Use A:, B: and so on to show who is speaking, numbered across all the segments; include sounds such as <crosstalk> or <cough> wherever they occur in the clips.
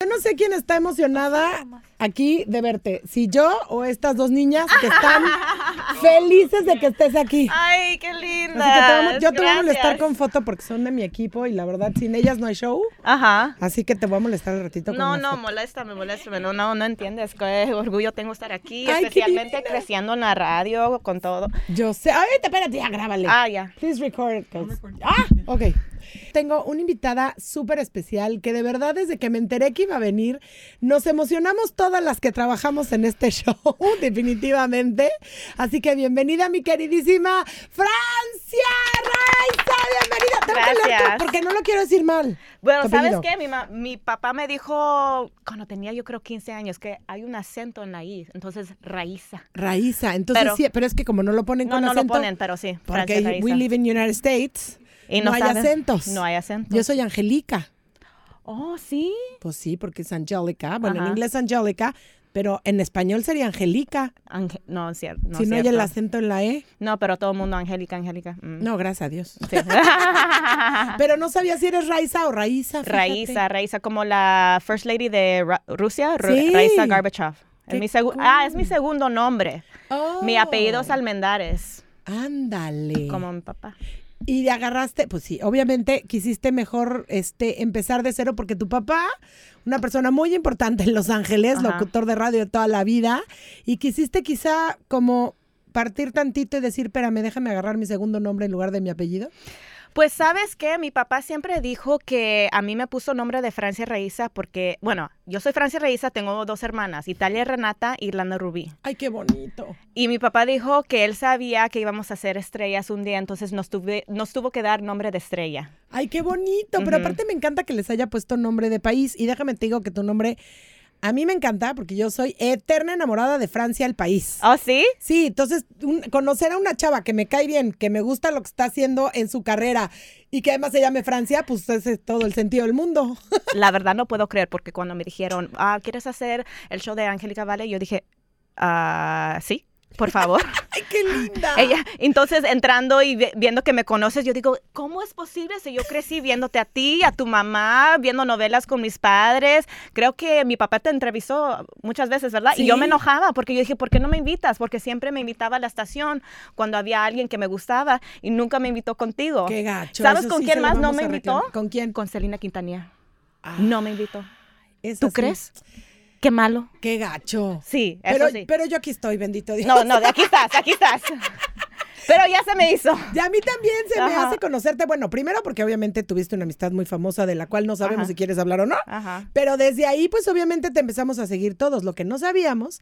A: Yo no sé quién está emocionada aquí de verte, si yo o estas dos niñas que
B: <laughs>
A: están felices de que estés aquí.
B: Ay, qué linda.
A: Así que te vamos- yo te voy a molestar con foto porque son de mi equipo y la verdad sin ellas no hay show,
B: Ajá.
A: así que te voy a molestar un ratito con
B: No,
A: una
B: no,
A: foto.
B: moléstame, moléstame. No, no, no entiendes qué orgullo tengo estar aquí,
A: Ay, qué
B: especialmente
A: linda.
B: creciendo en la radio con todo.
A: Yo sé. Ay, ahorita, espérate, ya grábale.
B: Ah, ya.
A: Please record it, guys. Ah, <laughs> ok. Tengo una invitada súper especial que de verdad desde que me enteré que iba a venir, nos emocionamos todas las que trabajamos en este <laughs> show, definitivamente. Así que bienvenida mi queridísima Francia Raiza, bienvenida. Tengo que leer
B: Gracias.
A: tu- porque no lo quiero decir mal.
B: Bueno,
A: tu
B: ¿sabes
A: apellido.
B: qué? Mi, ma- mi papá me dijo cuando tenía yo creo 15 años que hay un acento en la I, entonces Raíza.
A: Raiza, entonces
B: Pero-
A: sí, pero es que como no lo ponen
B: No,
A: con
B: no lo
A: acento,
B: ponen, pero sí.
A: porque
B: Francia Raíza.
A: we live in United States,
B: Y
A: no, hay
B: saben-
A: acentos.
B: No hay acentos.
A: Yo soy Angélica.
B: Oh, sí.
A: Pues sí, porque es Angélica. Bueno, en
B: Ajá.
A: inglés Angélica, pero en español sería Angélica.
B: Ange- no, es cier- no
A: si
B: es
A: no hay
B: cierto.
A: el acento en la E.
B: No, pero todo el mundo, Angélica, Angélica. mm.
A: No, gracias a Dios.
B: Sí. <laughs>
A: Pero no sabía si eres Raiza o <laughs> Raíza. fíjate.
B: Raíza, Raíza, como la First Lady de Ra- Rusia, Ru-
A: Sí.
B: Raíza Gorbachev. Es
A: Qué
B: mi segu-
A: cool.
B: ah, es mi segundo nombre.
A: Oh,
B: Mi apellido es Almendares,
A: Ándale.
B: como mi papá.
A: Y agarraste, pues sí, obviamente quisiste mejor este empezar de cero porque tu papá, una persona muy importante en Los Ángeles,
B: Ajá.
A: locutor de radio de toda la vida, y quisiste quizá como partir tantito y decir, espérame, déjame agarrar mi segundo nombre en lugar de mi apellido.
B: Pues sabes qué, mi papá siempre dijo que a mí me puso nombre de Francia Raíza porque, bueno, yo soy Francia Raíza, tengo dos hermanas, Italia Renata y Irlanda Rubí.
A: Ay, qué bonito.
B: Y mi papá dijo que él sabía que íbamos a ser estrellas un día, entonces nos, tuve- nos tuvo que dar nombre de estrella.
A: Ay, qué bonito. Pero
B: Ujú.
A: aparte me encanta que les haya puesto nombre de país. Y déjame te digo que tu nombre, a mí me encanta porque yo soy eterna enamorada de Francia, el país.
B: ¿Oh, sí?
A: Sí, entonces un- conocer a una chava que me cae bien, que me gusta lo que está haciendo en su carrera y que además se llame Francia, pues ese es todo el sentido del mundo. <laughs>
B: la verdad no puedo creer porque cuando me dijeron, ah, ¿quieres hacer el show de Angélica Vale? Yo dije, ah, sí,
A: <laughs>
B: por favor.
A: Ay, qué linda.
B: Ella, entonces entrando y vi- viendo que me conoces, yo digo, ¿cómo es posible si yo crecí viéndote a ti, a tu mamá, viendo novelas con mis padres? Creo que mi papá te entrevistó muchas veces, ¿verdad? Y yo
A: Sí.
B: me enojaba porque yo dije, ¿por qué no me invitas? Porque siempre me invitaba a la estación cuando había alguien que me gustaba y nunca me invitó contigo.
A: Qué gacho.
B: ¿Sabes
A: eso
B: con
A: sí
B: quién
A: se lo
B: más no
A: vamos
B: me
A: a
B: invitó?
A: reclamar. ¿Con quién?
B: Con Celina Quintanilla.
A: Ah,
B: No me invitó.
A: es
B: ¿Tú
A: así.
B: crees? Qué malo.
A: Qué gacho.
B: Sí, eso
A: Pero,
B: sí.
A: pero yo aquí estoy, bendito Dios. <laughs>
B: No, no, de aquí estás, de aquí estás. Pero ya se me hizo.
A: Y a mí también se me
B: Ajá.
A: hace conocerte, bueno, primero porque obviamente tuviste una amistad muy famosa de la cual no sabemos
B: Ajá.
A: si quieres hablar o no.
B: Ajá.
A: Pero desde ahí, pues obviamente te empezamos a seguir todos. Lo que no sabíamos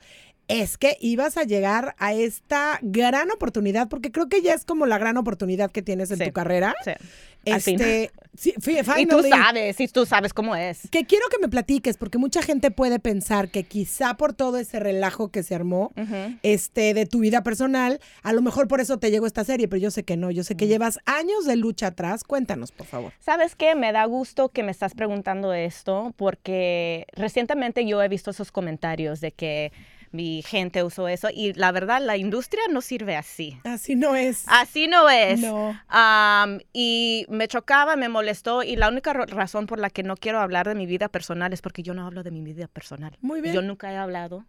A: es que ibas a llegar a esta gran oportunidad, porque creo que ya es como la gran oportunidad que tienes en
B: Sí.
A: tu carrera.
B: Sí. al fin.
A: Este, sí, fi-
B: Y tú
A: finally.
B: sabes, y tú sabes cómo es.
A: Que quiero que me platiques, porque mucha gente puede pensar que quizá por todo ese relajo que se armó,
B: Ujú.
A: este, de tu vida personal. A lo mejor por eso te llegó esta serie, pero yo sé que no. Yo sé que llevas años de lucha atrás. Cuéntanos, por favor.
B: ¿Sabes qué? Me da gusto que me estás preguntando esto porque recientemente yo he visto esos comentarios de que mi gente usó eso y la verdad la industria no sirve así.
A: Así no es.
B: Así no Ah, es.
A: No.
B: Am, y me chocaba, me molestó y la única ro- razón por la que no quiero hablar de mi vida personal es porque yo no hablo de mi vida personal.
A: Muy bien.
B: Yo nunca he hablado.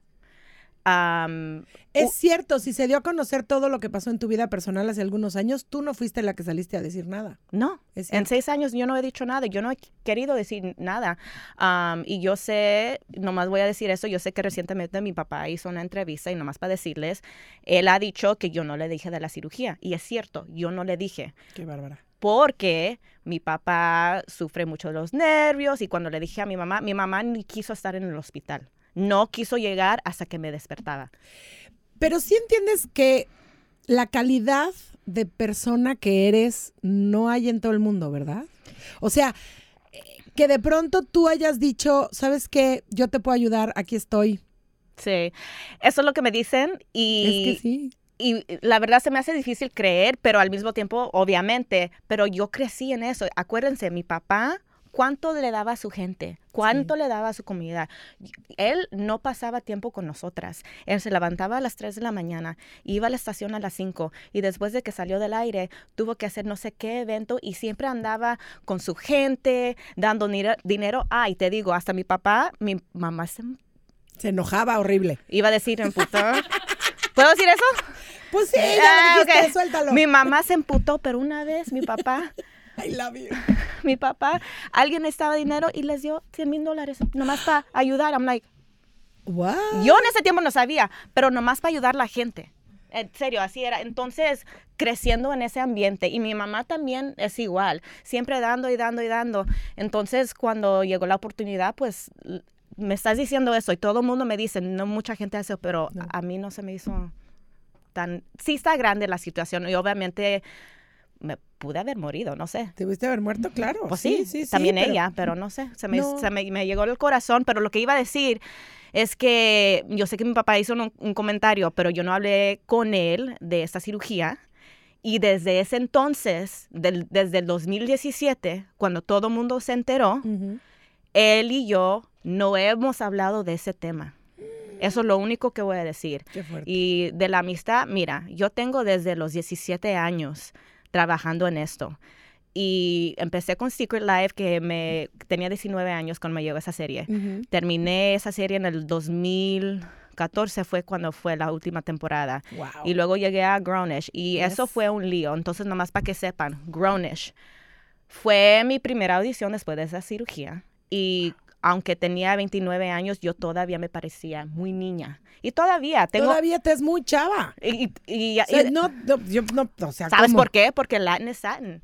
B: Am,
A: Es cierto, si se dio a conocer todo lo que pasó en tu vida personal hace algunos años, tú no fuiste la que saliste a decir nada.
B: no,
A: Es
B: en
A: cierto.
B: seis años yo no he dicho nada, yo no he querido decir nada. Am, y yo sé, nomás voy a decir eso, yo sé que recientemente mi papá hizo una entrevista y nomás para decirles, él ha dicho que yo no le dije de la cirugía. Y es cierto, yo no le dije.
A: Qué bárbara.
B: porque mi papá sufre mucho de los nervios y cuando le dije a mi mamá, mi mamá ni quiso estar en el hospital. No quiso llegar hasta que me despertaba.
A: Pero sí entiendes que la calidad de persona que eres no hay en todo el mundo, ¿verdad? O sea, eh, que de pronto tú hayas dicho, ¿sabes qué? Yo te puedo ayudar, aquí estoy.
B: Sí, eso es lo que me dicen y...
A: es que sí.
B: Y la verdad se me hace difícil creer, pero al mismo tiempo, obviamente, pero yo crecí en eso. Acuérdense, mi papá, ¿cuánto le daba a su gente? ¿Cuánto le daba a su comunidad? Él no pasaba tiempo con nosotras. Él se levantaba a las 3 de la mañana, iba a la estación a las 5 y después de que salió del aire tuvo que hacer no sé qué evento y siempre andaba con su gente, dando nira- dinero. Ay, te digo, hasta mi papá, mi mamá se
A: Se enojaba horrible.
B: iba a decir, emputó. ¿Puedo decir eso?
A: Pues sí, ya lo
B: Ah,
A: dijiste,
B: ok.
A: suéltalo.
B: Mi mamá se emputó, pero una vez mi papá, <laughs>
A: I love you.
B: mi papá, alguien necesitaba dinero y les dio 100 mil dólares nomás para ayudar. I'm like,
A: What?
B: yo en ese tiempo no sabía, pero nomás para ayudar a la gente. En serio, así era. Entonces, creciendo en ese ambiente. Y mi mamá también es igual, siempre dando y dando y dando. Entonces, cuando llegó la oportunidad, pues l- me estás diciendo eso y todo el mundo me dice, no mucha gente hace eso, pero
A: No.
B: a, a mí no se me hizo tan... Sí está grande la situación y obviamente me pude haber morido, no sé.
A: ¿Te viste haber muerto? Claro.
B: Pues sí, también ella, pero no sé, se, me,
A: No.
B: se me, me llegó al corazón, pero lo que iba a decir es que yo sé que mi papá hizo un, un comentario, pero yo no hablé con él de esta cirugía. Y desde ese entonces, del- desde el 2017, cuando todo el mundo se enteró,
A: Ujú.
B: él y yo no hemos hablado de ese tema. Eso es lo único que voy a decir.
A: Qué fuerte.
B: Y de la amistad, mira, yo tengo desde los 17 años trabajando en esto. Y empecé con Secret Life, que me tenía 19 años cuando me llegó esa serie.
A: Ujú.
B: Terminé esa serie en el 2014, fue cuando fue la última temporada.
A: Wow.
B: Y luego llegué a Grownish y eso
A: Yes.
B: fue un lío. Entonces, nomás para que sepan, Grownish fue mi primera audición después de esa cirugía. Y aunque tenía 29 años, yo todavía me parecía muy niña. Y todavía tengo...
A: Todavía te es muy chava.
B: Y, y- y-
A: O sea,
B: y-
A: no, no, yo no, o sea,
B: ¿Sabes
A: ¿cómo?
B: por qué? Porque Latin es satin.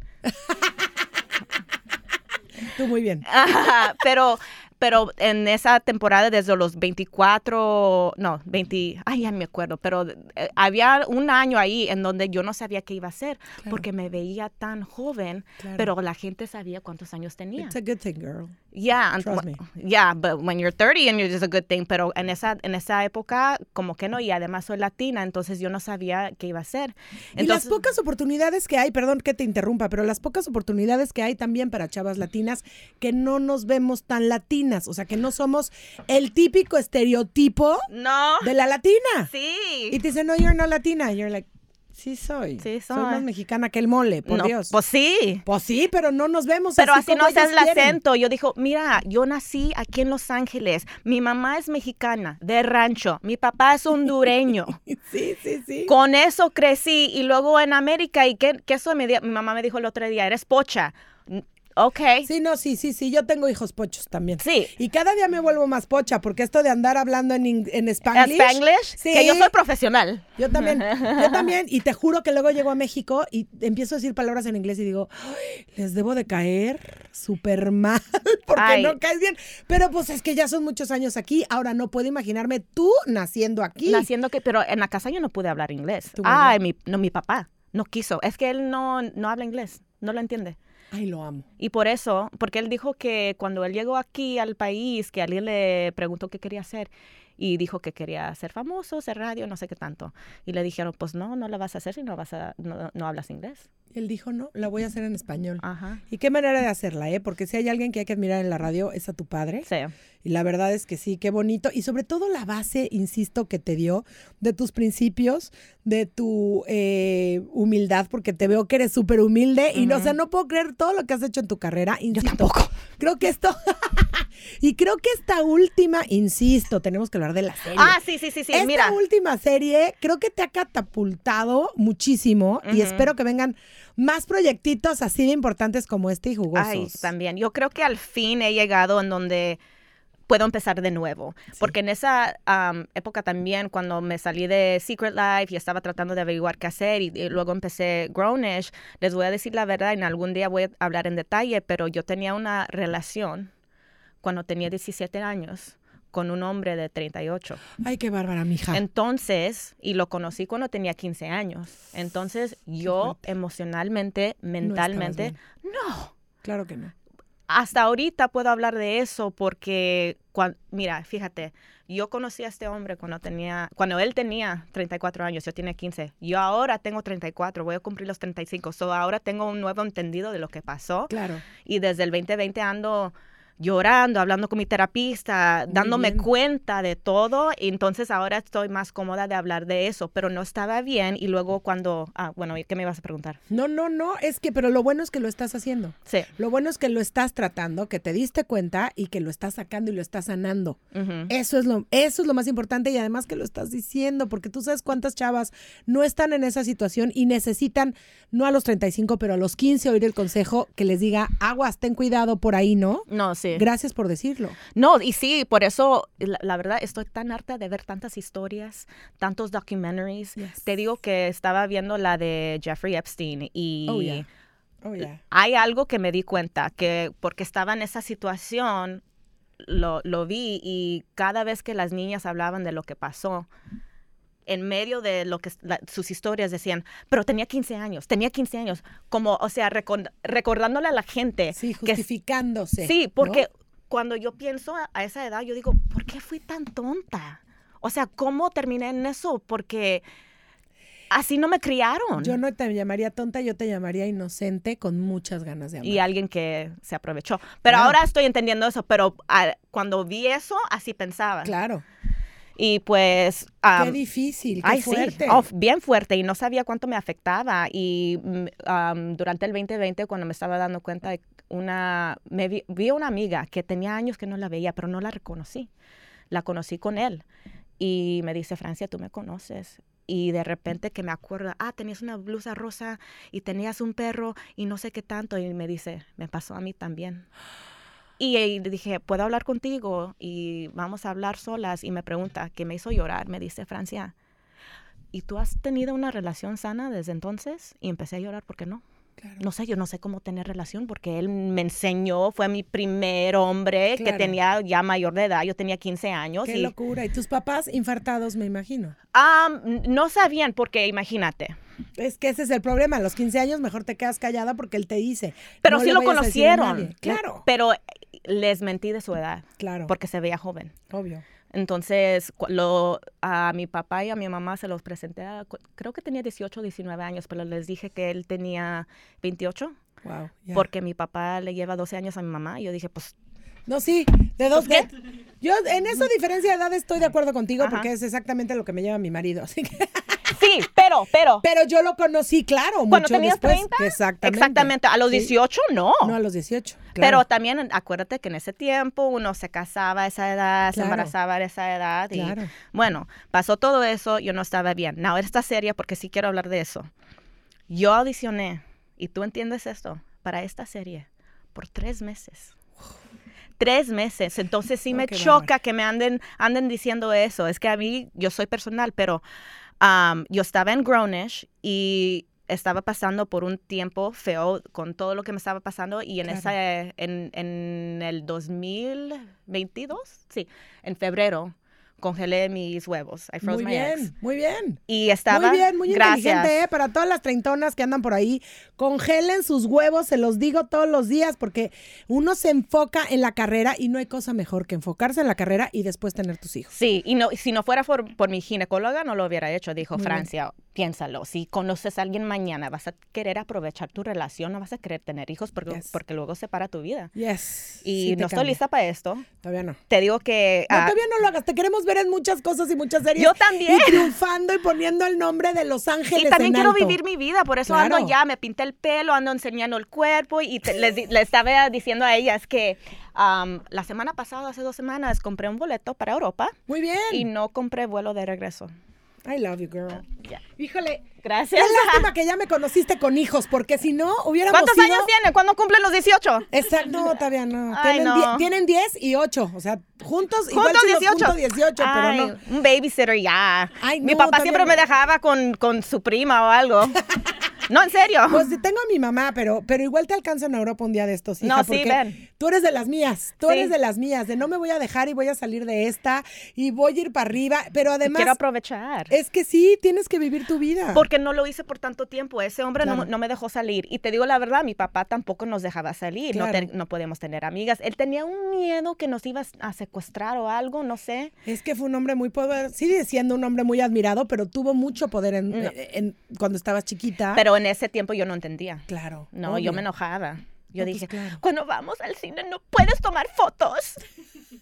A: Tú muy bien.
B: <laughs> Ah, Ajá, pero, pero en esa temporada, desde los 24, no, 20, ay, ya me acuerdo, pero eh, había un año ahí en donde yo no sabía qué iba a hacer, porque me veía tan joven,
A: Claro.
B: pero la gente sabía cuántos años tenía.
A: It's a good thing, girl.
B: Yeah, and-
A: Trust
B: wh-
A: me.
B: yeah, but when you're 30 and you're just a good thing, pero en esa en esa época como que no y además soy latina, entonces yo no sabía qué iba a hacer.
A: y las
B: Entonces,
A: pocas oportunidades que hay, perdón que te interrumpa, pero las pocas oportunidades que hay también para chavas latinas que no nos vemos tan latinas, o sea, que no somos el típico estereotipo
B: no,
A: de la latina.
B: sí.
A: Y te dicen, no, you're not latina. You're like, sí soy.
B: Sí
A: Soy
B: soy.
A: más mexicana que el mole, por
B: No,
A: Dios.
B: Pues sí.
A: Pues sí, pero no nos vemos
B: Pero así,
A: como
B: no se
A: ellos
B: el
A: quieren.
B: acento. Yo dijo, mira, yo nací aquí en Los Ángeles. Mi mamá es mexicana, de rancho. Mi papá
A: <laughs>
B: es hondureño.
A: <laughs> Sí, sí, sí.
B: Con eso crecí. Y luego en América, ¿y qué, qué eso me di- Mi mamá me dijo el otro día, eres pocha. Mm, Ok.
A: Sí, no, sí, sí, sí. Yo tengo hijos pochos también.
B: Sí.
A: Y cada día me vuelvo más pocha, porque esto de andar hablando en, ing- en
B: ¿En
A: Spanglish.
B: Spanglish?
A: Sí.
B: Que yo soy profesional.
A: Yo también, yo también, y te juro que luego llego a México y empiezo a decir palabras en inglés y digo, "Ay, les debo de caer súper mal <laughs> porque
B: Ay.
A: no caes bien. Pero pues es que ya son muchos años aquí, ahora no puedo imaginarme tú naciendo aquí.
B: Naciendo que, pero en la casa yo no pude hablar inglés.
A: Tu mamá.
B: Ay, mi, no, mi papá no quiso. Es que él no, no habla inglés. No lo entiende.
A: Ay, lo amo.
B: Y por eso, porque él dijo que cuando él llegó aquí al país, que alguien le preguntó qué quería hacer y dijo que quería ser famoso, ser radio, no sé qué tanto. Y le dijeron, pues no, no la vas a hacer si no vas a, no, no hablas inglés.
A: Él dijo, no, la voy a hacer en español.
B: Ajá.
A: Y qué manera de hacerla, ¿eh? Porque si hay alguien que hay que admirar en la radio es a tu padre.
B: Sí.
A: Y la verdad es que sí, qué bonito. Y sobre todo la base, insisto, que te dio de tus principios, de tu eh, humildad, porque te veo que eres súper humilde. Y no, o sea, no puedo creer todo lo que has hecho en tu carrera. Insisto, tampoco. Creo que esto. <laughs> y creo que esta última, insisto, tenemos que hablar de la serie.
B: Ah, sí, sí, sí, sí.
A: Esta
B: Mira.
A: última serie creo que te ha catapultado muchísimo y
B: Ujú.
A: espero que vengan más proyectitos así de importantes como este y jugosos.
B: Ay, también. Yo creo que al fin he llegado en donde puedo empezar de nuevo. Porque en esa am, época también, cuando me salí de Secret Life y estaba tratando de averiguar qué hacer, y, y luego empecé Grownish, les voy a decir la verdad, en algún día voy a hablar en detalle, pero yo tenía una relación cuando tenía 17 años con un hombre de 38.
A: Ay, qué bárbara, mija.
B: Entonces, y lo conocí cuando tenía 15 años. Entonces, yo emocionalmente, mentalmente,
A: bien.
B: no
A: claro que no.
B: hasta ahorita puedo hablar de eso porque, cuan- mira, fíjate, yo conocí a este hombre cuando tenía, cuando él tenía 34 años, yo tenía 15. Yo ahora tengo 34, voy a cumplir los 35. So ahora tengo un nuevo entendido de lo que pasó
A: Claro.
B: y desde el 2020 ando llorando, hablando con mi terapista,
A: Muy
B: dándome
A: bien.
B: cuenta de todo, y entonces ahora estoy más cómoda de hablar de eso, pero no estaba bien y luego cuando, ah, bueno, ¿qué me ibas a preguntar?
A: No, no, no, es que, pero lo bueno es que lo estás haciendo.
B: Sí.
A: Lo bueno es que lo estás tratando, que te diste cuenta y que lo estás sacando y lo estás sanando.
B: ujú.
A: Eso es lo, eso es lo más importante y además que lo estás diciendo, porque tú sabes cuántas chavas no están en esa situación y necesitan, no a los 35, pero a los 15 oír el consejo que les diga, aguas, ten cuidado por ahí, ¿no?
B: No, sí.
A: Gracias por decirlo.
B: No, y sí, por eso, la, la verdad, estoy tan harta de ver tantas historias, tantos documentaries.
A: Yes.
B: Te digo que estaba viendo la de Jeffrey Epstein y
A: Oh, yeah. Oh, yeah.
B: hay algo que me di cuenta, que porque estaba en esa situación, lo, lo vi y cada vez que las niñas hablaban de lo que pasó, en medio de lo que es- la- sus historias decían, pero tenía 15 años, tenía 15 años, como, o sea, recon- recordándole a la gente
A: Sí,
B: eh, que
A: justificándose.
B: Sí,
A: ¿no?
B: porque cuando yo pienso a, a esa edad, yo digo, ¿por qué fui tan tonta? O sea, ¿cómo terminé en eso? Porque así no me criaron.
A: Yo no te llamaría tonta, yo te llamaría inocente con muchas ganas de amar.
B: y alguien que se aprovechó. Pero
A: Claro.
B: ahora estoy entendiendo eso, pero ah, cuando vi eso, así pensaba.
A: Claro.
B: Y pues... ah,
A: qué difícil, qué
B: ay, sí.
A: fuerte.
B: Oh, bien fuerte y no sabía cuánto me afectaba. Y mm, am, durante el 2020, cuando me estaba dando cuenta, una, me vi, vi a una amiga que tenía años que no la veía, pero no la reconocí. La conocí con él y me dice, Francia, tú me conoces. Y de repente que me acuerdo, ah, tenías una blusa rosa y tenías un perro y no sé qué tanto. Y me dice, me pasó a mí también. Y, eh, y le dije, ¿puedo hablar contigo? Y vamos a hablar solas. Y me pregunta, que me hizo llorar. Me dice, Francia, ¿y tú has tenido una relación sana desde entonces? Y empecé a llorar, ¿por qué no?
A: Claro.
B: No sé, yo no sé cómo tener relación porque él me enseñó, fue mi primer hombre
A: Claro.
B: que tenía ya mayor de edad, yo tenía 15 años.
A: Qué
B: y,
A: locura. Y tus papás infartados, me imagino.
B: Am, no sabían porque, imagínate,
A: Es que ese es el problema. A los 15 años mejor te quedas callada porque él te dice.
B: pero
A: No
B: sí
A: le
B: lo
A: vayas a decir a nadie.
B: conocieron.
A: Claro,
B: Pero les mentí de su edad
A: claro.
B: porque se veía joven.
A: obvio.
B: Entonces, cu- lo, a mi papá y a mi mamá se los presenté, a cu- creo que tenía 18, 19 años, pero les dije que él tenía 28,
A: Wow.
B: porque mi papá le lleva 12 años a mi mamá, y yo dije, pues,
A: No, sí. ¿De dos qué? Yo en esa diferencia de edad estoy de acuerdo contigo
B: Ajá.
A: porque es exactamente lo que me lleva mi marido. Así que-
B: sí, pero, pero,
A: Pero yo lo conocí, claro,
B: Oh. cuando
A: mucho
B: tenías
A: después.
B: 30,
A: Exactamente.
B: a los
A: Sí.
B: 18 no.
A: No, a los 18.
B: Pero
A: claro.
B: también acuérdate que en ese tiempo uno se casaba a esa edad, se
A: Claro.
B: embarazaba a esa edad. Y
A: Claro.
B: bueno, pasó todo eso, yo no estaba bien. Ahora está seria porque sí quiero hablar de eso. Yo audicioné, y tú entiendes esto, para esta serie por tres meses. Tres meses, entonces sí
A: No,
B: me
A: qué
B: choca
A: bárbaro.
B: que me anden, anden diciendo eso. Es que a mí, yo soy personal, pero um, yo estaba en Grownish y estaba pasando por un tiempo feo con todo lo que me estaba pasando y en
A: Claro.
B: esa eh, en, en el 2022 sí en febrero congelé mis huevos I froze
A: Muy
B: my
A: bien,
B: eggs.
A: muy bien.
B: y estaba
A: muy bien, muy
B: gracias
A: inteligente, ¿eh? Para todas las treintonas que andan por ahí, congelen sus huevos, se los digo todos los días, porque uno se enfoca en la carrera y no hay cosa mejor que enfocarse en la carrera y después tener tus hijos.
B: Sí, y no, si no fuera por, por mi ginecóloga no lo hubiera hecho, dijo
A: Muy bien.
B: Francia. Piénsalo, si conoces a alguien mañana, vas a querer aprovechar tu relación, no vas a querer tener hijos porque,
A: Yes.
B: porque luego se para tu vida.
A: Yes.
B: Y
A: sí te
B: no estoy
A: cambia.
B: lista para esto.
A: Todavía no.
B: Te digo que...
A: No,
B: ah,
A: todavía no lo hagas. Te queremos ver en muchas cosas y muchas series.
B: Yo también.
A: Y triunfando y poniendo el nombre de Los Ángeles.
B: Y también
A: en
B: quiero
A: alto.
B: vivir mi vida, por eso
A: Claro.
B: ando ya, me pinté el pelo, ando enseñando el cuerpo y te- les, di- le estaba diciendo a ellas que am, la semana pasada, hace dos semanas, compré un boleto para Europa
A: Muy bien.
B: y no compré vuelo de regreso.
A: I love you,
B: <laughs>
A: girl. Híjole.
B: Gracias.
A: Es lástima que ya me conociste con hijos, porque si no, hubiéramos
B: ¿Cuántos
A: sido...
B: años tiene? ¿Cuándo cumplen los 18?
A: Exacto, no, todavía no.
B: Ay,
A: tienen,
B: no.
A: die- tienen 10 y 8, o sea, juntos, igual
B: Juntos
A: si los
B: 18.
A: junto 18, pero no.
B: Ay, Un babysitter ya.
A: Ay,
B: Mi
A: no,
B: papá
A: todavía
B: siempre
A: no. <laughs>
B: me dejaba con, con su prima o algo. No, en serio.
A: Pues tengo a mi mamá, pero, pero igual te alcanzo en Europa un día de estos, hija,
B: No, sí,
A: porque
B: ven.
A: tú eres de las mías, tú
B: Sí.
A: eres de las mías, de no me voy a dejar y voy a salir de esta y voy a ir para arriba, pero además
B: Quiero aprovechar.
A: es que sí, tienes que vivir tu vida.
B: Porque no lo hice por tanto tiempo. Ese hombre no-
A: Claro.
B: no, me dejó salir. Y te digo la verdad, mi papá tampoco nos dejaba salir. No,
A: Claro.
B: te- no podíamos tener amigas. Él tenía un miedo que nos ibas a secuestrar o algo, no sé.
A: Es que fue un hombre muy poder, sigue siendo un hombre muy admirado, pero tuvo mucho poder en, eh,
B: No.
A: en- cuando estabas chiquita.
B: Pero en ese tiempo yo no entendía.
A: claro.
B: No, yo
A: obvio.
B: me enojaba. Yo
A: No, pues,
B: dije,
A: claro.
B: cuando vamos al cine no puedes tomar fotos.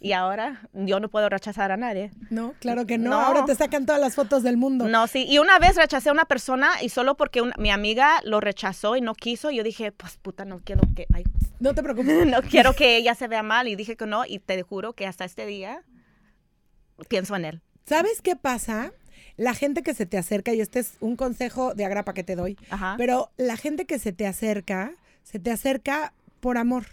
B: Y ahora yo no puedo rechazar a nadie.
A: No, claro que no.
B: No.
A: Ahora te sacan todas las fotos del mundo.
B: No, sí. Y una vez rechacé a una persona y solo porque una- mi amiga lo rechazó y no quiso, yo dije, pues puta, no quiero que, ay, <laughs>
A: No te preocupes.
B: no quiero que ella se vea mal. Y dije que no. Y te juro que hasta este día pienso en él.
A: ¿Sabes qué pasa? La gente que se te acerca, y este es un consejo de agrapa que te doy,
B: Ajá.
A: pero la gente que se te acerca, se te acerca por amor.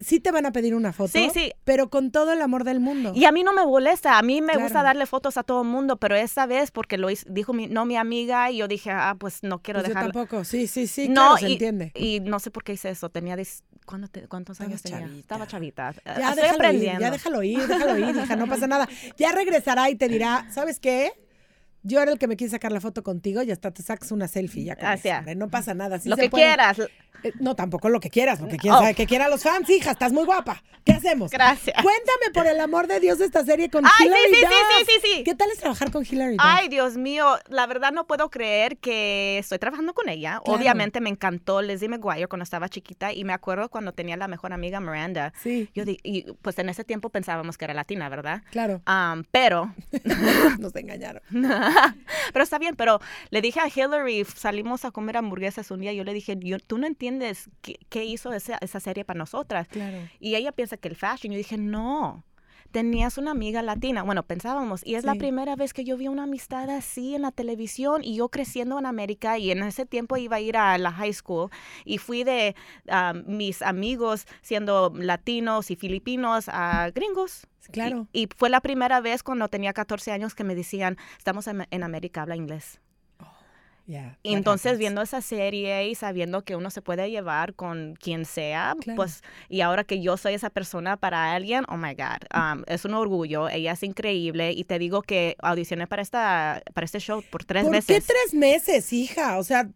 A: Sí te van a pedir una foto,
B: Sí, sí.
A: pero con todo el amor del mundo.
B: y a mí no me molesta, a mí me gusta
A: Claro.
B: darle fotos a todo el mundo, pero esa vez porque lo hizo- dijo mi, no mi amiga y yo dije, ah, pues no quiero
A: Pues yo
B: dejarla.
A: tampoco, sí, sí, sí,
B: no,
A: claro, se
B: y,
A: entiende.
B: y no sé por qué hice eso. Tenía dis- ¿cuándo te- ¿Cuántos
A: Estabas
B: años tenía?
A: chavita.
B: Estaba chavita. Eh,
A: Ya
B: Estoy
A: déjalo ir,
B: aprendiendo.
A: ya déjalo ir, déjalo ir, hija, no pasa nada. Ya regresará y te dirá, ¿sabes qué? Yo era el que me quise sacar la foto contigo y hasta te sacas una selfie ya con
B: Así
A: eso,
B: es.
A: hombre, No pasa nada. sí
B: Lo
A: se
B: que
A: puede.
B: quieras.
A: Eh, no, tampoco lo que quieras, lo que quién
B: Oh.
A: sabe que quieran los fans, hija, estás muy guapa. ¿Qué hacemos?
B: Gracias.
A: Cuéntame por el amor de Dios esta serie con
B: Ay, sí,
A: Hilary
B: sí, sí,
A: Duff.
B: sí, sí, sí.
A: ¿Qué tal es trabajar con Hilary Duff?
B: Ay, Dios mío, la verdad no puedo creer que estoy trabajando con ella.
A: Claro.
B: Obviamente me encantó Lizzie McGuire cuando estaba chiquita y me acuerdo cuando tenía la mejor amiga Miranda.
A: Sí,
B: Yo di- y pues en ese tiempo pensábamos que era latina, ¿verdad? <laughs>
A: claro,
B: Am, pero,
A: nos engañaron.
B: pero está bien, pero le dije a Hillary, salimos a comer hamburguesas un día, yo le dije, "Yo- tú no entiendes qué, qué hizo esa, esa serie para nosotras.
A: Claro.
B: Y ella piensa que el fashion. Yo dije, no. Tenías una amiga latina. Bueno, pensábamos. Y es la
A: Sí.
B: primera vez que yo vi una amistad así en la televisión. Y yo creciendo en América. Y en ese tiempo iba a ir a la high school. Y fui de ah, mis amigos siendo latinos y filipinos a gringos.
A: Claro.
B: Y, y fue la primera vez cuando tenía 14 años que me decían, estamos en, en América, habla inglés.
A: Ya,
B: Y
A: ya
B: entonces
A: captas.
B: viendo esa serie y sabiendo que uno se puede llevar con quien sea,
A: Claro.
B: pues y ahora que yo soy esa persona para alguien, oh my god, um, es un orgullo, ella es increíble y te digo que audicioné para esta para este show por tres
A: ¿Por qué
B: veces.
A: tres meses, hija? O sea,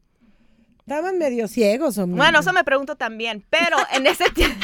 A: estaban medio ciegos, hombre.
B: bueno, eso me pregunto también, pero en ese
A: <laughs>
B: tiempo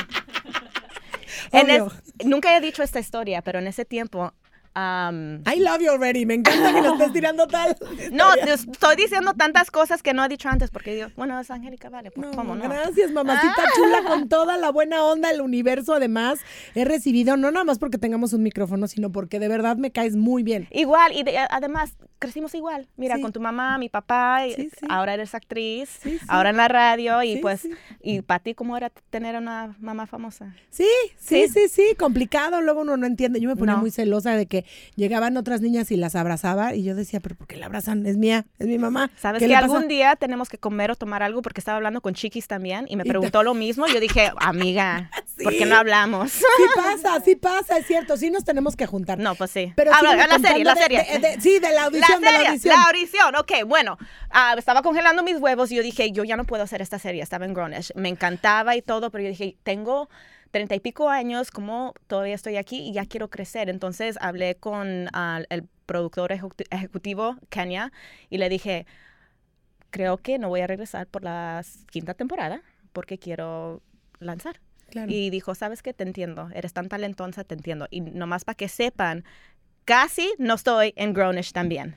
A: Obvio.
B: nunca he dicho esta historia, pero en ese tiempo um,
A: I love you already. Me encanta que nos estés tirando tal.
B: no, te estoy diciendo tantas cosas que no he dicho antes porque digo, bueno, es Angélica, vale, pues cómo no. Ah.
A: Gracias, mamacita chula, con toda la buena onda del universo. Además, he recibido, no nada más porque tengamos un micrófono, sino porque de verdad me caes muy bien.
B: Igual, y de- a- además crecimos igual. Mira,
A: Sí.
B: con tu mamá, mi papá, y-
A: Sí, sí.
B: ahora eres actriz,
A: Sí, sí.
B: ahora en la radio, y
A: Sí,
B: pues,
A: sí.
B: y para ti, ¿cómo era tener una mamá famosa?
A: Sí, sí, sí,
B: Sí.
A: sí, complicado. Luego uno no entiende. Yo me ponía
B: No.
A: muy celosa de que llegaban otras niñas y las abrazaba y yo decía, pero ¿por qué la abrazan? Es mía, es mi mamá.
B: Sabes
A: ¿Qué
B: que
A: le pasa?".
B: algún <laughs> día tenemos que comer o tomar algo porque estaba hablando con Chiquis también y me
A: te-
B: preguntó lo mismo. Yo dije,
A: <laughs>
B: amiga, ¿por qué
A: Sí.
B: no hablamos? <laughs>
A: Sí pasa, sí pasa, es cierto. Sí nos tenemos que juntar.
B: No, pues sí.
A: Pero
B: Ah,
A: sígueme
B: la serie, la
A: contando
B: serie.
A: de- de- de- sí, de la audición, de la audición.
B: la audición. Ok, bueno, ah, estaba congelando mis huevos y yo dije, yo ya no puedo hacer esta serie, estaba en Grownish. Me encantaba y todo, pero yo dije, tengo treinta y pico años, como todavía estoy aquí y ya quiero crecer. Entonces hablé con ah, el productor ejecu- ejecutivo, Kenya, y le dije, creo que no voy a regresar por la quinta temporada porque quiero lanzar.
A: Claro.
B: Y dijo, sabes que te entiendo, eres tan talentosa, te entiendo. Y nomás para que sepan, casi no estoy en Grownish también.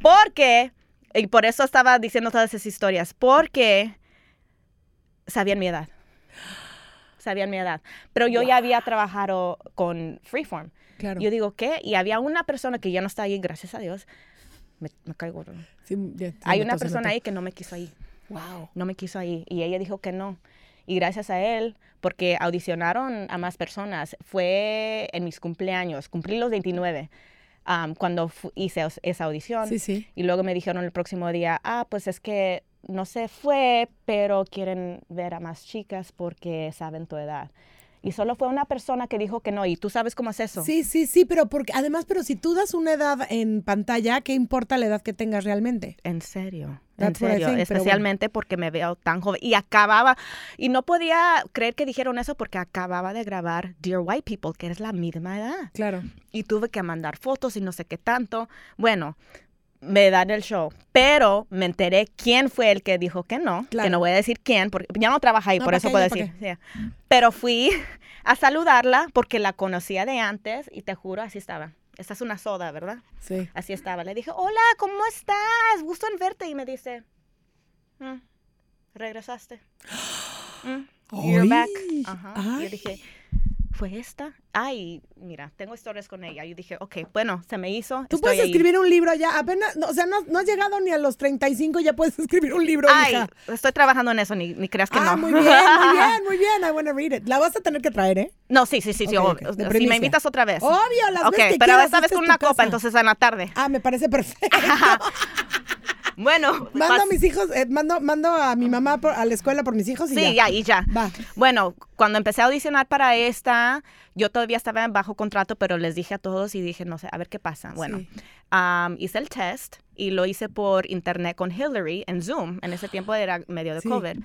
B: Porque, y por eso estaba diciendo todas esas historias, porque sabían mi edad. Sabían mi edad. Pero yo ya había trabajado con Freeform.
A: Claro.
B: Yo digo, ¿qué? Y había una persona que ya no está ahí, gracias a Dios. Me, me caigo.
A: Sí, ya- sí,
B: Hay
A: me
B: una
A: pasó, me
B: persona
A: pasó.
B: ahí que no me quiso ahí
A: Wow.
B: no me quiso ahí. Y ella dijo que no. Y gracias a él, porque audicionaron a más personas, fue en mis cumpleaños, cumplí los 29, am, cuando fu- hice os- esa audición.
A: Sí, sí.
B: Y luego me dijeron el próximo día, ah, pues es que no se fue, pero quieren ver a más chicas porque saben tu edad. Y solo fue una persona que dijo que no. ¿Y tú sabes cómo es eso?
A: Sí, sí, sí, pero porque además, pero si tú das una edad en pantalla, ¿qué importa la edad que tengas realmente?
B: En serio. En
A: That's what I
B: serio,
A: think, pero
B: especialmente porque me veo tan joven. Y acababa, y no podía creer que dijeron eso porque acababa de grabar Dear White People, que es la misma edad.
A: Claro.
B: Y tuve que mandar fotos y no sé qué tanto. Bueno, me dan el show. Pero me enteré quién fue el que dijo que no.
A: Claro.
B: Que no voy a decir quién, porque ya no trabaja ahí,
A: No,
B: por
A: ¿para
B: eso
A: qué?
B: puedo
A: ¿Para
B: decir. sí. Pero fui <laughs> a saludarla porque la conocía de antes y te juro, así estaba. Esta es una soda, ¿verdad?
A: Sí.
B: Así estaba. Le dije, hola, ¿cómo estás? Gusto en verte. Y me dice, "Mm, regresaste. Mm, you're
A: Ay,
B: back. Ajá. Y
A: ay.
B: Yo dije, ¿fue esta? Ay, mira, tengo historias con ella. Yo dije, ok, bueno, se me hizo.
A: Tú
B: estoy
A: puedes
B: ahí".
A: escribir un libro ya, apenas, no, o sea, no, no has llegado ni a los 35, ya puedes <laughs> escribir un libro,
B: Ay,
A: hija.
B: estoy trabajando en eso, ni, ni creas que
A: Ah,
B: no.
A: muy bien,
B: <laughs>
A: muy bien, muy bien. I wanna read it. La vas a tener que traer, ¿eh?
B: No, sí, sí, sí, sí,
A: Ok,
B: obvio.
A: ok, de
B: Si
A: primicia.
B: me invitas otra vez.
A: Obvio, las
B: ok,
A: veces que
B: pero
A: quieras,
B: esta vez
A: esta
B: con
A: es
B: una
A: tu casa.
B: copa, entonces en
A: <laughs>
B: la tarde.
A: Ah, me parece perfecto. <laughs>
B: Bueno,
A: Mando a
B: pas-
A: mis hijos, eh, mando, mando a mi mamá por- a la escuela por mis hijos y
B: Sí,
A: ya.
B: ya, y ya.
A: Va.
B: Bueno, cuando empecé a audicionar para esta, yo todavía estaba bajo contrato, pero les dije a todos y dije, no sé, a ver qué pasa. Bueno,
A: Sí.
B: am, hice el test y lo hice por internet con Hillary en Zoom. En ese tiempo era medio de
A: Sí.
B: COVID.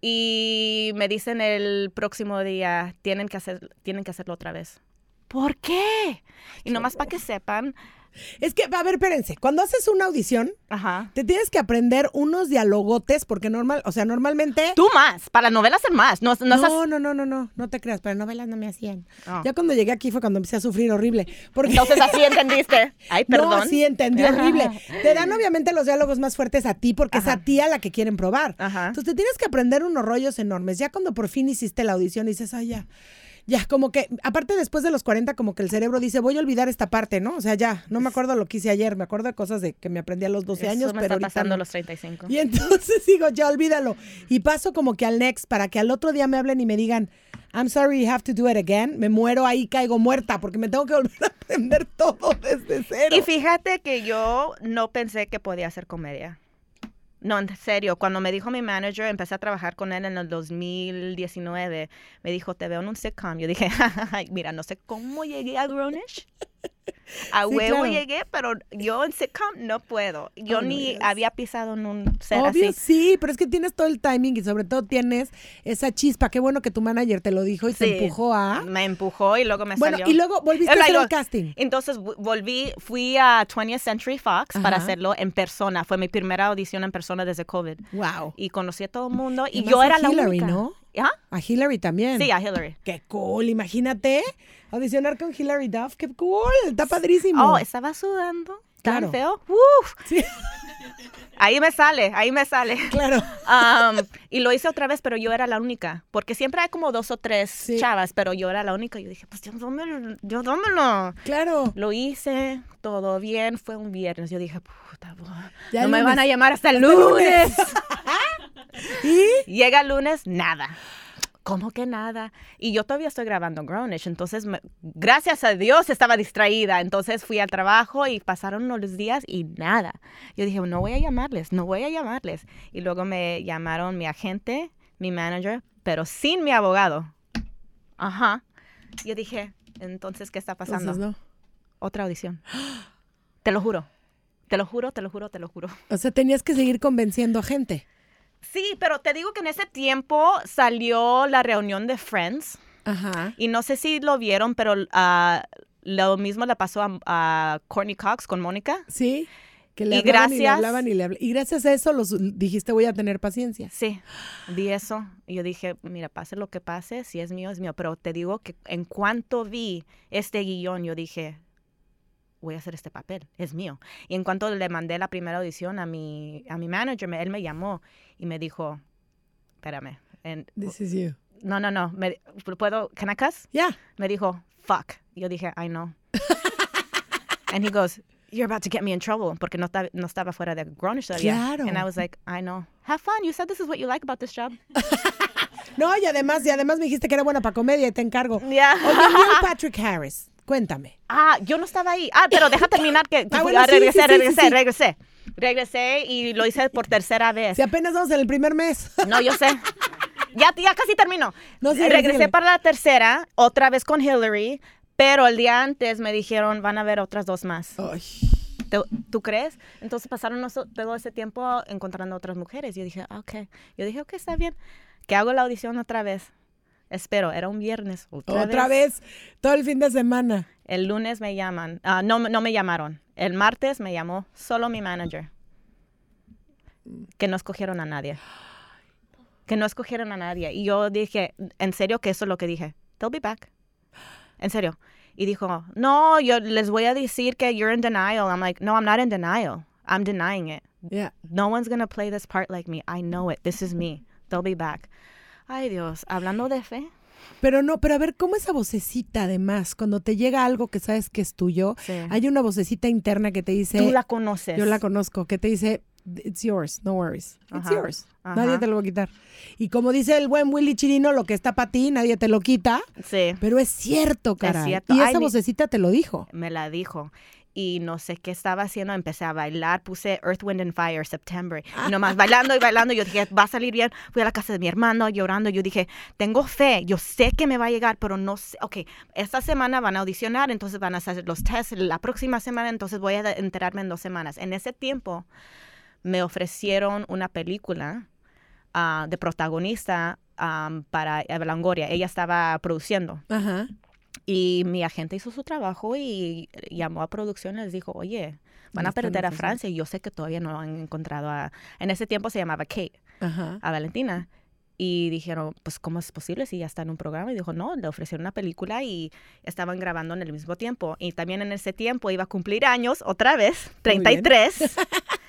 B: Y me dicen el próximo día, tienen que, hacer, tienen que hacerlo otra vez. ¿Por qué? Y nomás para que sepan.
A: Es que, a ver, espérense, cuando haces una audición,
B: Ajá.
A: te tienes que aprender unos dialogotes, porque normal, o sea, normalmente.
B: Tú más, para novelas el más. No, no,
A: No,
B: seas-
A: no, no, no, no, no, te creas, para novelas no me hacían.
B: Ah.
A: Ya cuando llegué aquí fue cuando empecé a sufrir horrible. Porque
B: Entonces así entendiste. Ay,
A: <laughs>
B: perdón.
A: No, sí, entendí, horrible. Te dan obviamente los diálogos más fuertes a ti porque es a ti a la que quieren probar.
B: Ajá.
A: Entonces te tienes que aprender unos rollos enormes. Ya cuando por fin hiciste la audición dices, ay, ya. Ya, como que, aparte después de los 40, como que el cerebro dice, voy a olvidar esta parte, ¿no? O sea, ya, no me acuerdo lo que hice ayer, me acuerdo de cosas de que me aprendí a los 12
B: Eso
A: años,
B: me
A: pero
B: está
A: ahorita
B: pasando
A: no.
B: a los 35.
A: Y entonces <laughs> digo, ya olvídalo. Y paso como que al next para que al otro día me hablen y me digan, I'm sorry, you have to do it again. Me muero ahí, caigo muerta porque me tengo que volver a aprender todo desde cero.
B: Y fíjate que yo no pensé que podía hacer comedia. No, en serio, cuando me dijo mi manager, empecé a trabajar con él en el 2019, me dijo, te veo en un sitcom. Yo dije, <laughs> "Ay, mira, no sé cómo llegué a Grownish. A
A: Sí,
B: huevo
A: claro.
B: llegué, pero yo en sitcom no puedo. Yo
A: Oh, no
B: ni
A: digas.
B: había pisado en un set
A: Obvio,
B: así.
A: sí, pero es que tienes todo el timing y sobre todo tienes esa chispa. Qué bueno que tu manager te lo dijo y
B: Sí.
A: te empujó a.
B: Me empujó y luego me
A: ¿ah? Bueno,
B: salió.
A: y luego volviste
B: Era
A: a hacer
B: yo-
A: el casting.
B: Entonces vu- volví, fui a 20th Century Fox para
A: Ajá.
B: hacerlo en persona. Fue mi primera audición en persona desde COVID.
A: Wow.
B: Y conocí a todo el mundo y,
A: Y más
B: yo
A: a
B: era la
A: Hillary,
B: única.
A: ¿no?
B: ¿Ah?
A: A Hillary también.
B: Sí, a Hillary.
A: Qué cool, imagínate. Audicionar con Hillary Duff, qué cool, está padrísimo.
B: Oh, estaba sudando.
A: Claro.
B: Tan feo. Uf.
A: Sí,
B: <laughs> Ahí me sale, ahí me sale.
A: claro.
B: Um, y lo hice otra vez, pero yo era la única. Porque siempre hay como dos o tres
A: Sí.
B: chavas, pero yo era la única. Yo dije, pues yo dámelo, yo dámelo.
A: Claro.
B: <laughs> Lo hice, todo bien, fue un viernes. Yo dije, puta, bo-
A: Ya
B: no
A: el
B: me van a
A: lunes.
B: llamar hasta el
A: lunes.
B: lunes.
A: Y
B: Llega el lunes, nada. ¿Cómo que nada? Y yo todavía estoy grabando Grownish, entonces me- gracias a Dios estaba distraída. Entonces fui al trabajo y pasaron los días y nada. Yo dije, no voy a llamarles, no voy a llamarles. Y luego me llamaron mi agente, mi manager, pero sin mi abogado. Ajá. Yo dije, entonces, ¿qué está pasando?
A: entonces no.
B: Otra audición. Te lo juro. Te lo juro, te lo juro, te lo juro.
A: O sea, tenías que seguir convenciendo a gente.
B: Sí, pero te digo que en ese tiempo salió la reunión de Friends.
A: Ajá.
B: Y no sé si lo vieron, pero ah, lo mismo le pasó a, a Courtney Cox con Mónica.
A: Sí. Que le
B: Y
A: hablaban y le
B: gracias-
A: hablaban y le hablaban. Y gracias a eso los dijiste voy a tener paciencia.
B: Sí, vi eso. Y yo dije, mira, pase lo que pase, si es mío, es mío. Pero te digo que en cuanto vi este guión, yo dije, voy a hacer este papel, es mío. Y en cuanto le mandé la primera audición a mi, a mi manager, me- él me llamó y me dijo, espérame, en-
A: This is you.
B: no, no, no, me, ¿puedo, can I cuss?
A: Ya.
B: Me dijo, fuck. Yo dije, I know. and he goes, you're about to get me in trouble. Porque no, esta- no estaba fuera de Grownish todavía.
A: Claro.
B: And I was like, I know. Have fun. You said this is what you like about this
A: <laughs>
B: job.
A: No, y además, y además me dijiste que era buena para comedia y te encargo. Oye,
B: Yeah.
A: Neil Patrick Harris, cuéntame.
B: Oh, ah, yo no estaba ahí. Ah, pero deja terminar que
A: Ah, bueno,
B: ah,
A: sí, sí,
B: regresé,
A: sí, sí,
B: regresé,
A: sí.
B: regresé. Regresé y lo hice por tercera vez.
A: Si apenas vamos en el primer mes.
B: No, yo sé. ya, ya casi termino.
A: No, sí,
B: Regresé
A: síguele.
B: para la tercera, otra vez con Hillary, pero el día antes me dijeron, van a haber otras dos más.
A: Ay.
B: ¿Te- ¿Tú crees? Entonces pasaron eso- todo ese tiempo encontrando otras mujeres. Yo dije, ah, ok. Yo dije, ok, está bien. Que hago la audición otra vez. Espero, era un viernes. Otra,
A: Otra vez, todo el fin de semana.
B: El lunes me llaman. Ah, no, no me llamaron. El martes me llamó solo mi manager. Que no escogieron a nadie. Que no escogieron a nadie. Y yo dije, en serio que eso es lo que dije. They'll be back. En serio. Y dijo, no, yo les voy a decir que you're in denial. I'm like, no, I'm not in denial. I'm denying it.
A: Ya.
B: No one's gonna play this part like me. I know it. This is me. They'll be back. Ay Dios, hablando de fe.
A: Pero no, pero a ver, ¿cómo esa vocecita además? Cuando te llega algo que sabes que es tuyo,
B: Sí.
A: hay una vocecita interna que te dice,
B: Tú la conoces.
A: yo la conozco, que te dice, it's yours, no worries, it's
B: Ajá,
A: yours,
B: ajá.
A: nadie te lo va a quitar. Y como dice el buen Willy Chirino, lo que está para ti, nadie te lo quita,
B: Sí.
A: pero es cierto, cara.
B: cierto.
A: Y
B: Ay,
A: esa
B: mi-
A: vocecita te lo dijo.
B: me la dijo. Y no sé qué estaba haciendo, empecé a bailar, puse Earth, Wind and Fire, September. Y nomás bailando y bailando, yo dije, va a salir bien. Fui a la casa de mi hermano llorando, yo dije, tengo fe, yo sé que me va a llegar, pero no sé, ok, esta semana van a audicionar, entonces van a hacer los tests, la próxima semana, entonces voy a enterarme en dos semanas. En ese tiempo me ofrecieron una película ah, de protagonista ah, para Eva Longoria, ella estaba produciendo.
A: Ajá.
B: Y mi agente hizo su trabajo y llamó a producción y les dijo, oye, van a
A: Están
B: perder a
A: ofreciendo.
B: Francia. Y yo sé que todavía no han encontrado a... En ese tiempo se llamaba Kate,
A: Ajá.
B: a Valentina. Y dijeron, pues, ¿cómo es posible si ya está en un programa? Y dijo, no, le ofrecieron una película y estaban grabando en el mismo tiempo. Y también en ese tiempo iba a cumplir años, otra vez,
A: Muy bien.
B: 33. <laughs>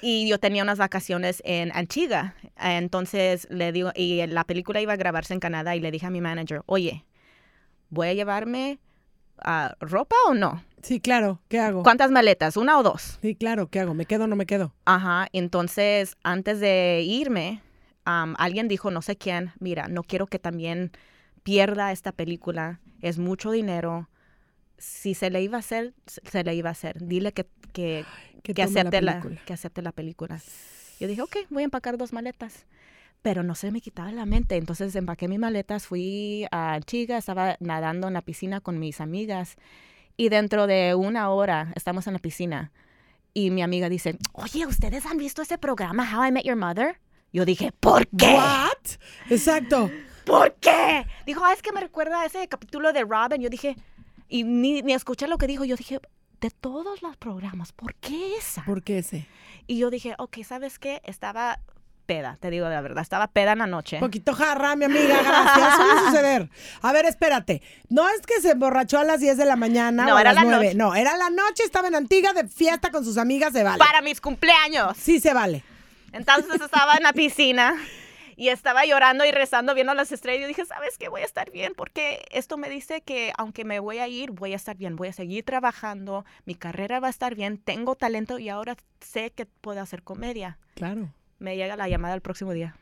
B: y yo tenía unas vacaciones en Antigua. Entonces le digo, y la película iba a grabarse en Canadá y le dije a mi manager, oye, ¿voy a llevarme ah, ropa o no?
A: Sí, claro, ¿qué hago?
B: ¿Cuántas maletas? ¿Una o dos?
A: Sí, claro, ¿qué hago? ¿Me quedo o no me quedo?
B: Ajá, entonces antes de irme, am, alguien dijo, no sé quién, mira, no quiero que también pierda esta película, es mucho dinero. Si se le iba a hacer, se- se le iba a hacer. Dile que, que, que
A: tome
B: acepte, la
A: película.
B: que acepte la película. Yo dije, ok, voy a empacar dos maletas. Pero no se me quitaba la mente. Entonces empaqué mis maletas, fui a Chiga, estaba nadando en la piscina con mis amigas. Y dentro de una hora estamos en la piscina. Y mi amiga dice, oye, ¿ustedes han visto ese programa, How I Met Your Mother? Yo dije, ¿por qué?
A: ¿What? Exacto.
B: ¿Por qué? Dijo, "Ah, es que me recuerda a ese capítulo de Robin. Yo dije, y ni, ni escuché lo que dijo. Yo dije, de todos los programas, ¿por qué esa?
A: ¿Por qué ese?
B: Y yo dije, ok, ¿sabes qué? Estaba peda, te digo la verdad, estaba peda en la noche.
A: Poquito jarra, mi amiga, gracias.
B: <laughs>
A: Suele suceder. A ver, espérate. No es que se emborrachó a las 10 de la mañana
B: No,
A: o a
B: era
A: las
B: la
A: 9.
B: noche.
A: No, era la noche, estaba en Antigua de fiesta con sus amigas, se vale.
B: <laughs> Para mis cumpleaños.
A: Sí, se vale.
B: Entonces estaba en la piscina y estaba llorando y rezando, viendo las estrellas. Yo dije, ¿sabes qué? Voy a estar bien porque esto me dice que aunque me voy a ir, voy a estar bien. Voy a seguir trabajando, mi carrera va a estar bien, tengo talento y ahora sé que puedo hacer comedia.
A: Claro.
B: Me llega la llamada el próximo día.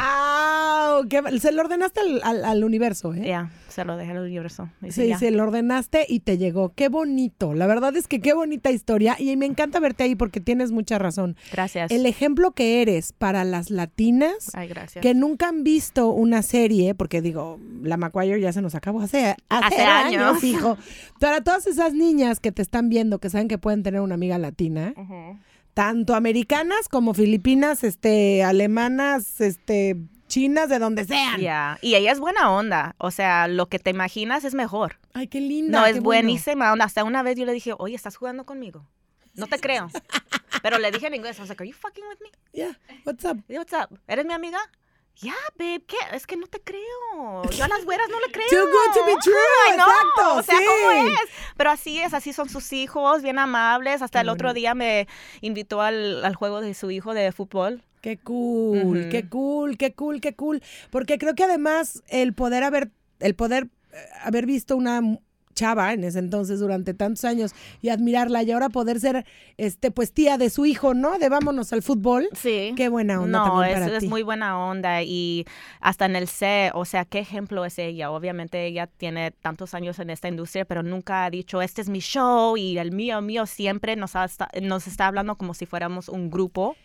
A: ¡Wow! Qué- se lo ordenaste al, al- al universo,
B: Ya,
A: ¿eh?
B: se lo dejé al universo. Y
A: Sí,
B: ya.
A: se lo ordenaste y te llegó. Qué bonito. La verdad es que qué bonita historia y me encanta verte ahí porque tienes mucha razón.
B: Gracias.
A: El ejemplo que eres para las latinas
B: Ay, gracias.
A: que nunca han visto una serie, porque digo, la McGuire ya se nos acabó hace, hace,
B: Hace
A: años,
B: años. <laughs>
A: hijo. Para todas esas niñas que te están viendo, que saben que pueden tener una amiga latina,
B: Ujú.
A: tanto americanas como filipinas, este, alemanas, este, chinas, de donde sean.
B: Ya, Y ella es buena onda. O sea, lo que te imaginas es mejor.
A: Ay, qué linda.
B: No,
A: qué
B: es
A: bueno.
B: buenísima onda. Hasta una vez yo le dije, oye, estás jugando conmigo. No
A: <laughs>
B: te creo. Pero le dije en inglés, I was like, are you fucking with me?
A: Yeah, what's up?
B: Y, What's up? ¿Eres mi amiga? Yeah, babe, ¿qué? Es que no te creo. Yo a las güeras no le creo.
A: Too good to be true,
B: Ay, no,
A: exacto,
B: O sea, ¿cómo
A: sí.
B: es? Pero así es, así son sus hijos, bien amables. Hasta el otro día me invitó al, al juego de su hijo de fútbol.
A: Qué cool,
B: Ujú.
A: qué cool, qué cool, qué cool. Porque creo que además el poder haber, el poder eh, haber visto una mu- chava en ese entonces durante tantos años y admirarla y ahora poder ser este pues tía de su hijo, ¿no? De vámonos al fútbol.
B: Sí.
A: Qué buena onda
B: No,
A: también
B: es,
A: para
B: es
A: ti.
B: muy buena onda y hasta en el C, o sea, qué ejemplo es ella. Obviamente ella tiene tantos años en esta industria, pero nunca ha dicho, este es mi show y el mío, mío, siempre nos, ha esta- nos está hablando como si fuéramos un grupo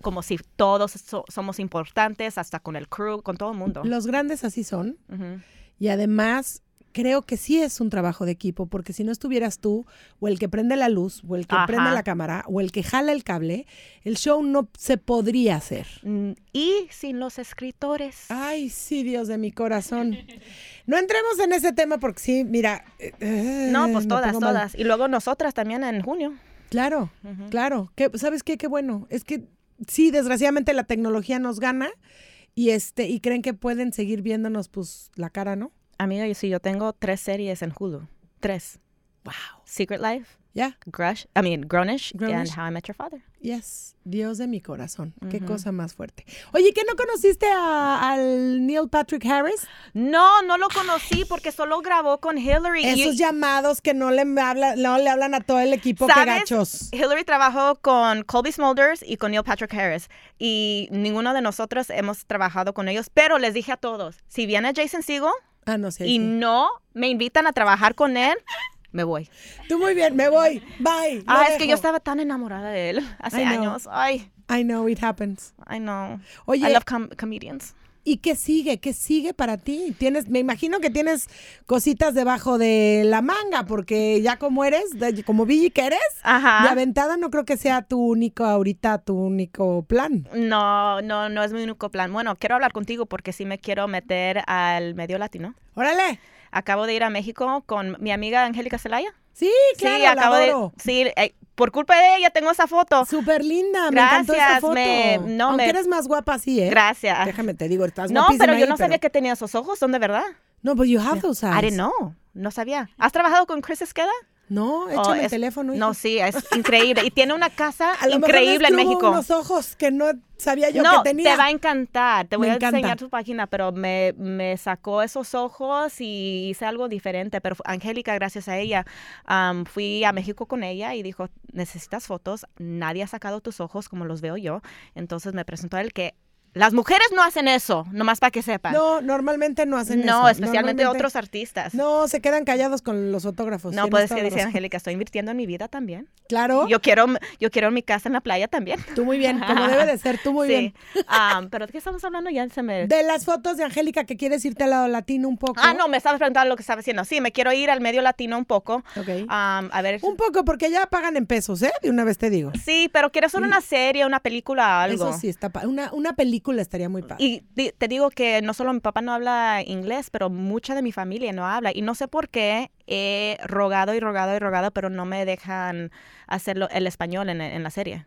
B: como si todos so- somos importantes, hasta con el crew, con todo el mundo.
A: Los grandes así son.
B: Ujú.
A: Y además, creo que sí es un trabajo de equipo, porque si no estuvieras tú, o el que prende la luz, o el que
B: Ajá.
A: prende la cámara, o el que jala el cable, el show no se podría hacer.
B: Mm, Y sin los escritores.
A: Ay, sí, Dios de mi corazón. No entremos en ese tema porque sí, mira. eh,
B: no, pues
A: me
B: todas,
A: pongo mal.
B: todas. Y luego nosotras también en junio.
A: Claro,
B: Ujú.
A: claro. Que, ¿Sabes qué? Qué bueno. Es que sí, desgraciadamente la tecnología nos gana y este y creen que pueden seguir viéndonos pues la cara, ¿no?
B: Amiga, yo sí, yo tengo tres series en Hulu. Tres.
A: Wow.
B: Secret Life,
A: Ya,
B: Grush, I mean, Grownish, and
A: Grownish.
B: How I Met Your Father.
A: yes. Dios de mi corazón. Qué
B: Ujú.
A: cosa más fuerte. Oye, ¿qué no conociste a- al Neil Patrick Harris?
B: No, no lo conocí porque solo grabó con Hillary. y-
A: Esos llamados que no le habla, no le hablan a todo el equipo, qué
B: ¿Sabes?
A: gachos.
B: Hillary trabajó con Colby Smulders y con Neil Patrick Harris. Y ninguno de nosotros hemos trabajado con ellos, pero les dije a todos, si viene Jason Segel
A: Ah, no sé.
B: y no me invitan a trabajar con él, me voy.
A: Tú muy bien, me voy. Bye. lo
B: ah, es que
A: dejo.
B: yo estaba tan enamorada de él hace
A: I know.
B: años. Ay,
A: I know it happens.
B: I know.
A: Oye,
B: I love com- comedians.
A: ¿y qué sigue? ¿Qué sigue para ti? Tienes, me imagino que tienes cositas debajo de la manga, porque ya como eres, de- como Billy que eres, de
B: Ajá.
A: aventada no creo que sea tu único ahorita, tu único plan.
B: No, no, no es mi único plan. Bueno, quiero hablar contigo porque sí me quiero meter al medio latino.
A: Órale.
B: Acabo de ir a México con mi amiga Angélica Celaya.
A: Sí, claro,
B: sí,
A: la
B: acabo
A: adoro.
B: de. Sí, eh, por culpa de ella tengo esa foto.
A: Súper linda, me encantó esa
B: Gracias,
A: foto.
B: me- no,
A: Aunque
B: me-
A: eres más guapa así, ¿eh?
B: Gracias.
A: Déjame te digo, estás
B: No,
A: guapísima
B: pero yo
A: ahí,
B: no sabía que tenía esos ojos, son de verdad.
A: No, but you have those eyes.
B: I didn't know. No sabía. ¿Has trabajado con Chris Esqueda?
A: No,
B: Oh,
A: Ah, échame el
B: es-
A: teléfono, hija.
B: No, sí, es increíble. Y tiene una casa
A: <laughs> A lo mejor
B: increíble
A: es
B: en
A: que hubo
B: México.
A: unos ojos que no sabía yo
B: no,
A: que tenía.
B: te va a encantar. Te voy
A: Me
B: a
A: encanta.
B: enseñar tu página, pero me, me sacó esos ojos y hice algo diferente. Pero fu- Angélica, gracias a ella, am, fui a México con ella y dijo, necesitas fotos, nadie ha sacado tus ojos como los veo yo. Entonces me presentó el que las mujeres no hacen eso, nomás para que sepan.
A: No, normalmente no hacen eso.
B: No, especialmente
A: Normalmente-
B: otros artistas. No,
A: No, se quedan callados con los fotógrafos. tienes
B: pues es
A: toda
B: que
A: la
B: dice
A: razón.
B: Angélica, estoy invirtiendo en mi vida también.
A: <laughs> Claro,
B: Yo quiero, yo quiero mi casa en la playa también.
A: tú muy bien,
B: <laughs>
A: como debe de ser, tú muy
B: Sí.
A: bien.
B: Am, pero ¿de qué estamos hablando? Ya se me...
A: De las fotos de Angélica que quieres irte al lado latino un poco.
B: Ah, no, me estabas preguntando lo que estabas diciendo. Sí, me quiero ir al medio latino un poco.
A: Ok.
B: Am, a ver.
A: Un poco, porque ya pagan en pesos, ¿eh? De una vez te digo.
B: Sí, pero quiero hacer una serie, una película, algo.
A: Eso sí está pa- una, una película estaría muy padre.
B: Y di- te digo que no solo mi papá no habla inglés, pero mucha de mi familia no habla. Y no sé por qué he rogado y rogado y rogado, pero no me dejan hacerlo el español en, en la serie.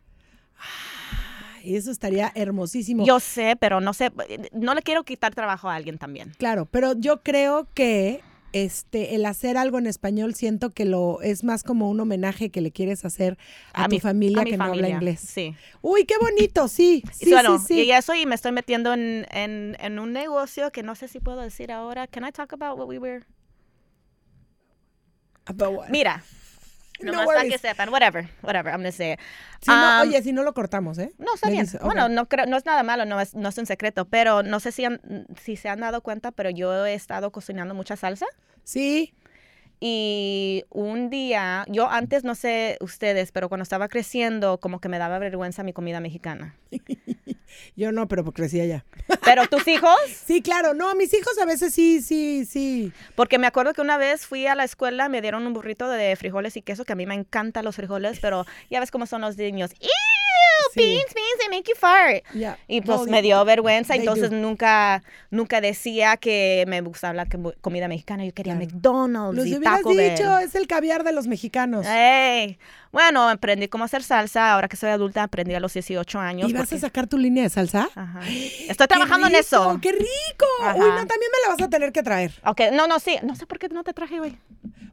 A: Ay, eso estaría hermosísimo.
B: Yo sé, pero no sé. No le quiero quitar trabajo a alguien también.
A: Claro, pero yo creo que este el hacer algo en español siento que lo es más como un homenaje que le quieres hacer a, tu
B: mi-
A: familia
B: a mi
A: que no habla
B: familia,
A: inglés.
B: Sí.
A: Uy, qué bonito, sí, sí,
B: <laughs> Sí, bueno,
A: sí, sí.
B: y eso, y me estoy metiendo en, en, en un negocio que no sé si puedo decir ahora. Can I talk about what we were?
A: But what? Ah,
B: Mira,
A: <laughs> No
B: nomás para que
A: worries.
B: sepan, whatever, whatever, I'm gonna say it.
A: Si no,
B: um,
A: oye, si no lo cortamos, ¿eh?
B: No, está
A: Me
B: bien.
A: dice, ok.
B: Bueno, no, creo, no es nada malo, no es, no es un secreto, pero no sé si, han- si se han dado cuenta, pero yo he estado cocinando mucha salsa.
A: Sí,
B: Y un día, yo antes no sé ustedes, pero cuando estaba creciendo, como que me daba vergüenza mi
A: <laughs>
B: comida mexicana.
A: yo no, pero porque crecía ya.
B: Pero tus hijos,
A: Sí, claro, no, mis hijos a veces sí, sí, sí.
B: porque me acuerdo que una vez fui a la escuela, me dieron un burrito de frijoles y queso, que a mí me encantan los frijoles, pero ya ves cómo son los niños. ¡Ew!
A: Sí.
B: Beans, beans, they make you fart.
A: Ya.
B: Y pues
A: No,
B: me dio vergüenza,
A: they
B: entonces
A: do.
B: nunca nunca decía que me gustaba la com- comida mexicana. Yo quería
A: Claro.
B: McDonald's
A: Los
B: y
A: hubieras
B: Taco Bell.
A: dicho, es el caviar de los mexicanos.
B: Ey. Bueno, aprendí cómo hacer salsa. Ahora que soy adulta, aprendí a los 18 años.
A: ¿Y vas
B: porque-
A: a sacar tu línea de salsa?
B: Ajá. Estoy trabajando
A: ¡Qué
B: en eso.
A: rico, ¡Qué rico!
B: Ajá.
A: Uy, no, también me la vas a tener que traer.
B: Ok, no, no, sí. No sé por qué no te traje hoy.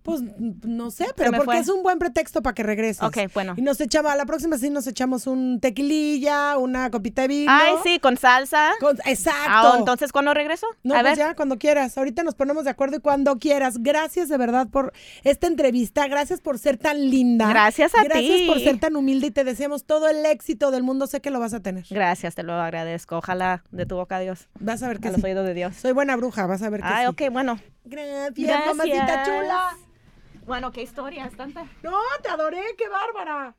A: Pues n- no sé, pero
B: me
A: porque
B: fue.
A: es un buen pretexto para que regreses.
B: Ok, bueno.
A: Y nos echamos, a la próxima sí nos echamos un tequililla, una copita de vino.
B: Ay, sí, con salsa.
A: Con- exacto.
B: Ah, entonces, ¿cuándo regreso?
A: No,
B: a
A: pues
B: ver.
A: ya, cuando quieras. Ahorita nos ponemos de acuerdo y cuando quieras. Gracias de verdad por esta entrevista. Gracias por ser tan linda.
B: Gracias a
A: Gracias por
B: ti.
A: ser tan humilde y te deseamos todo el éxito del mundo. Sé que lo vas a tener.
B: Gracias, te lo agradezco. Ojalá de tu boca, Dios.
A: Vas a ver
B: A
A: que
B: los
A: sí.
B: oídos de Dios.
A: Soy buena bruja, vas a ver que
B: Ay,
A: sí.
B: ok, bueno.
A: Gracias,
B: Gracias.
A: mamacita chula.
B: Bueno, qué historia, tanta.
A: No, te adoré, qué bárbara.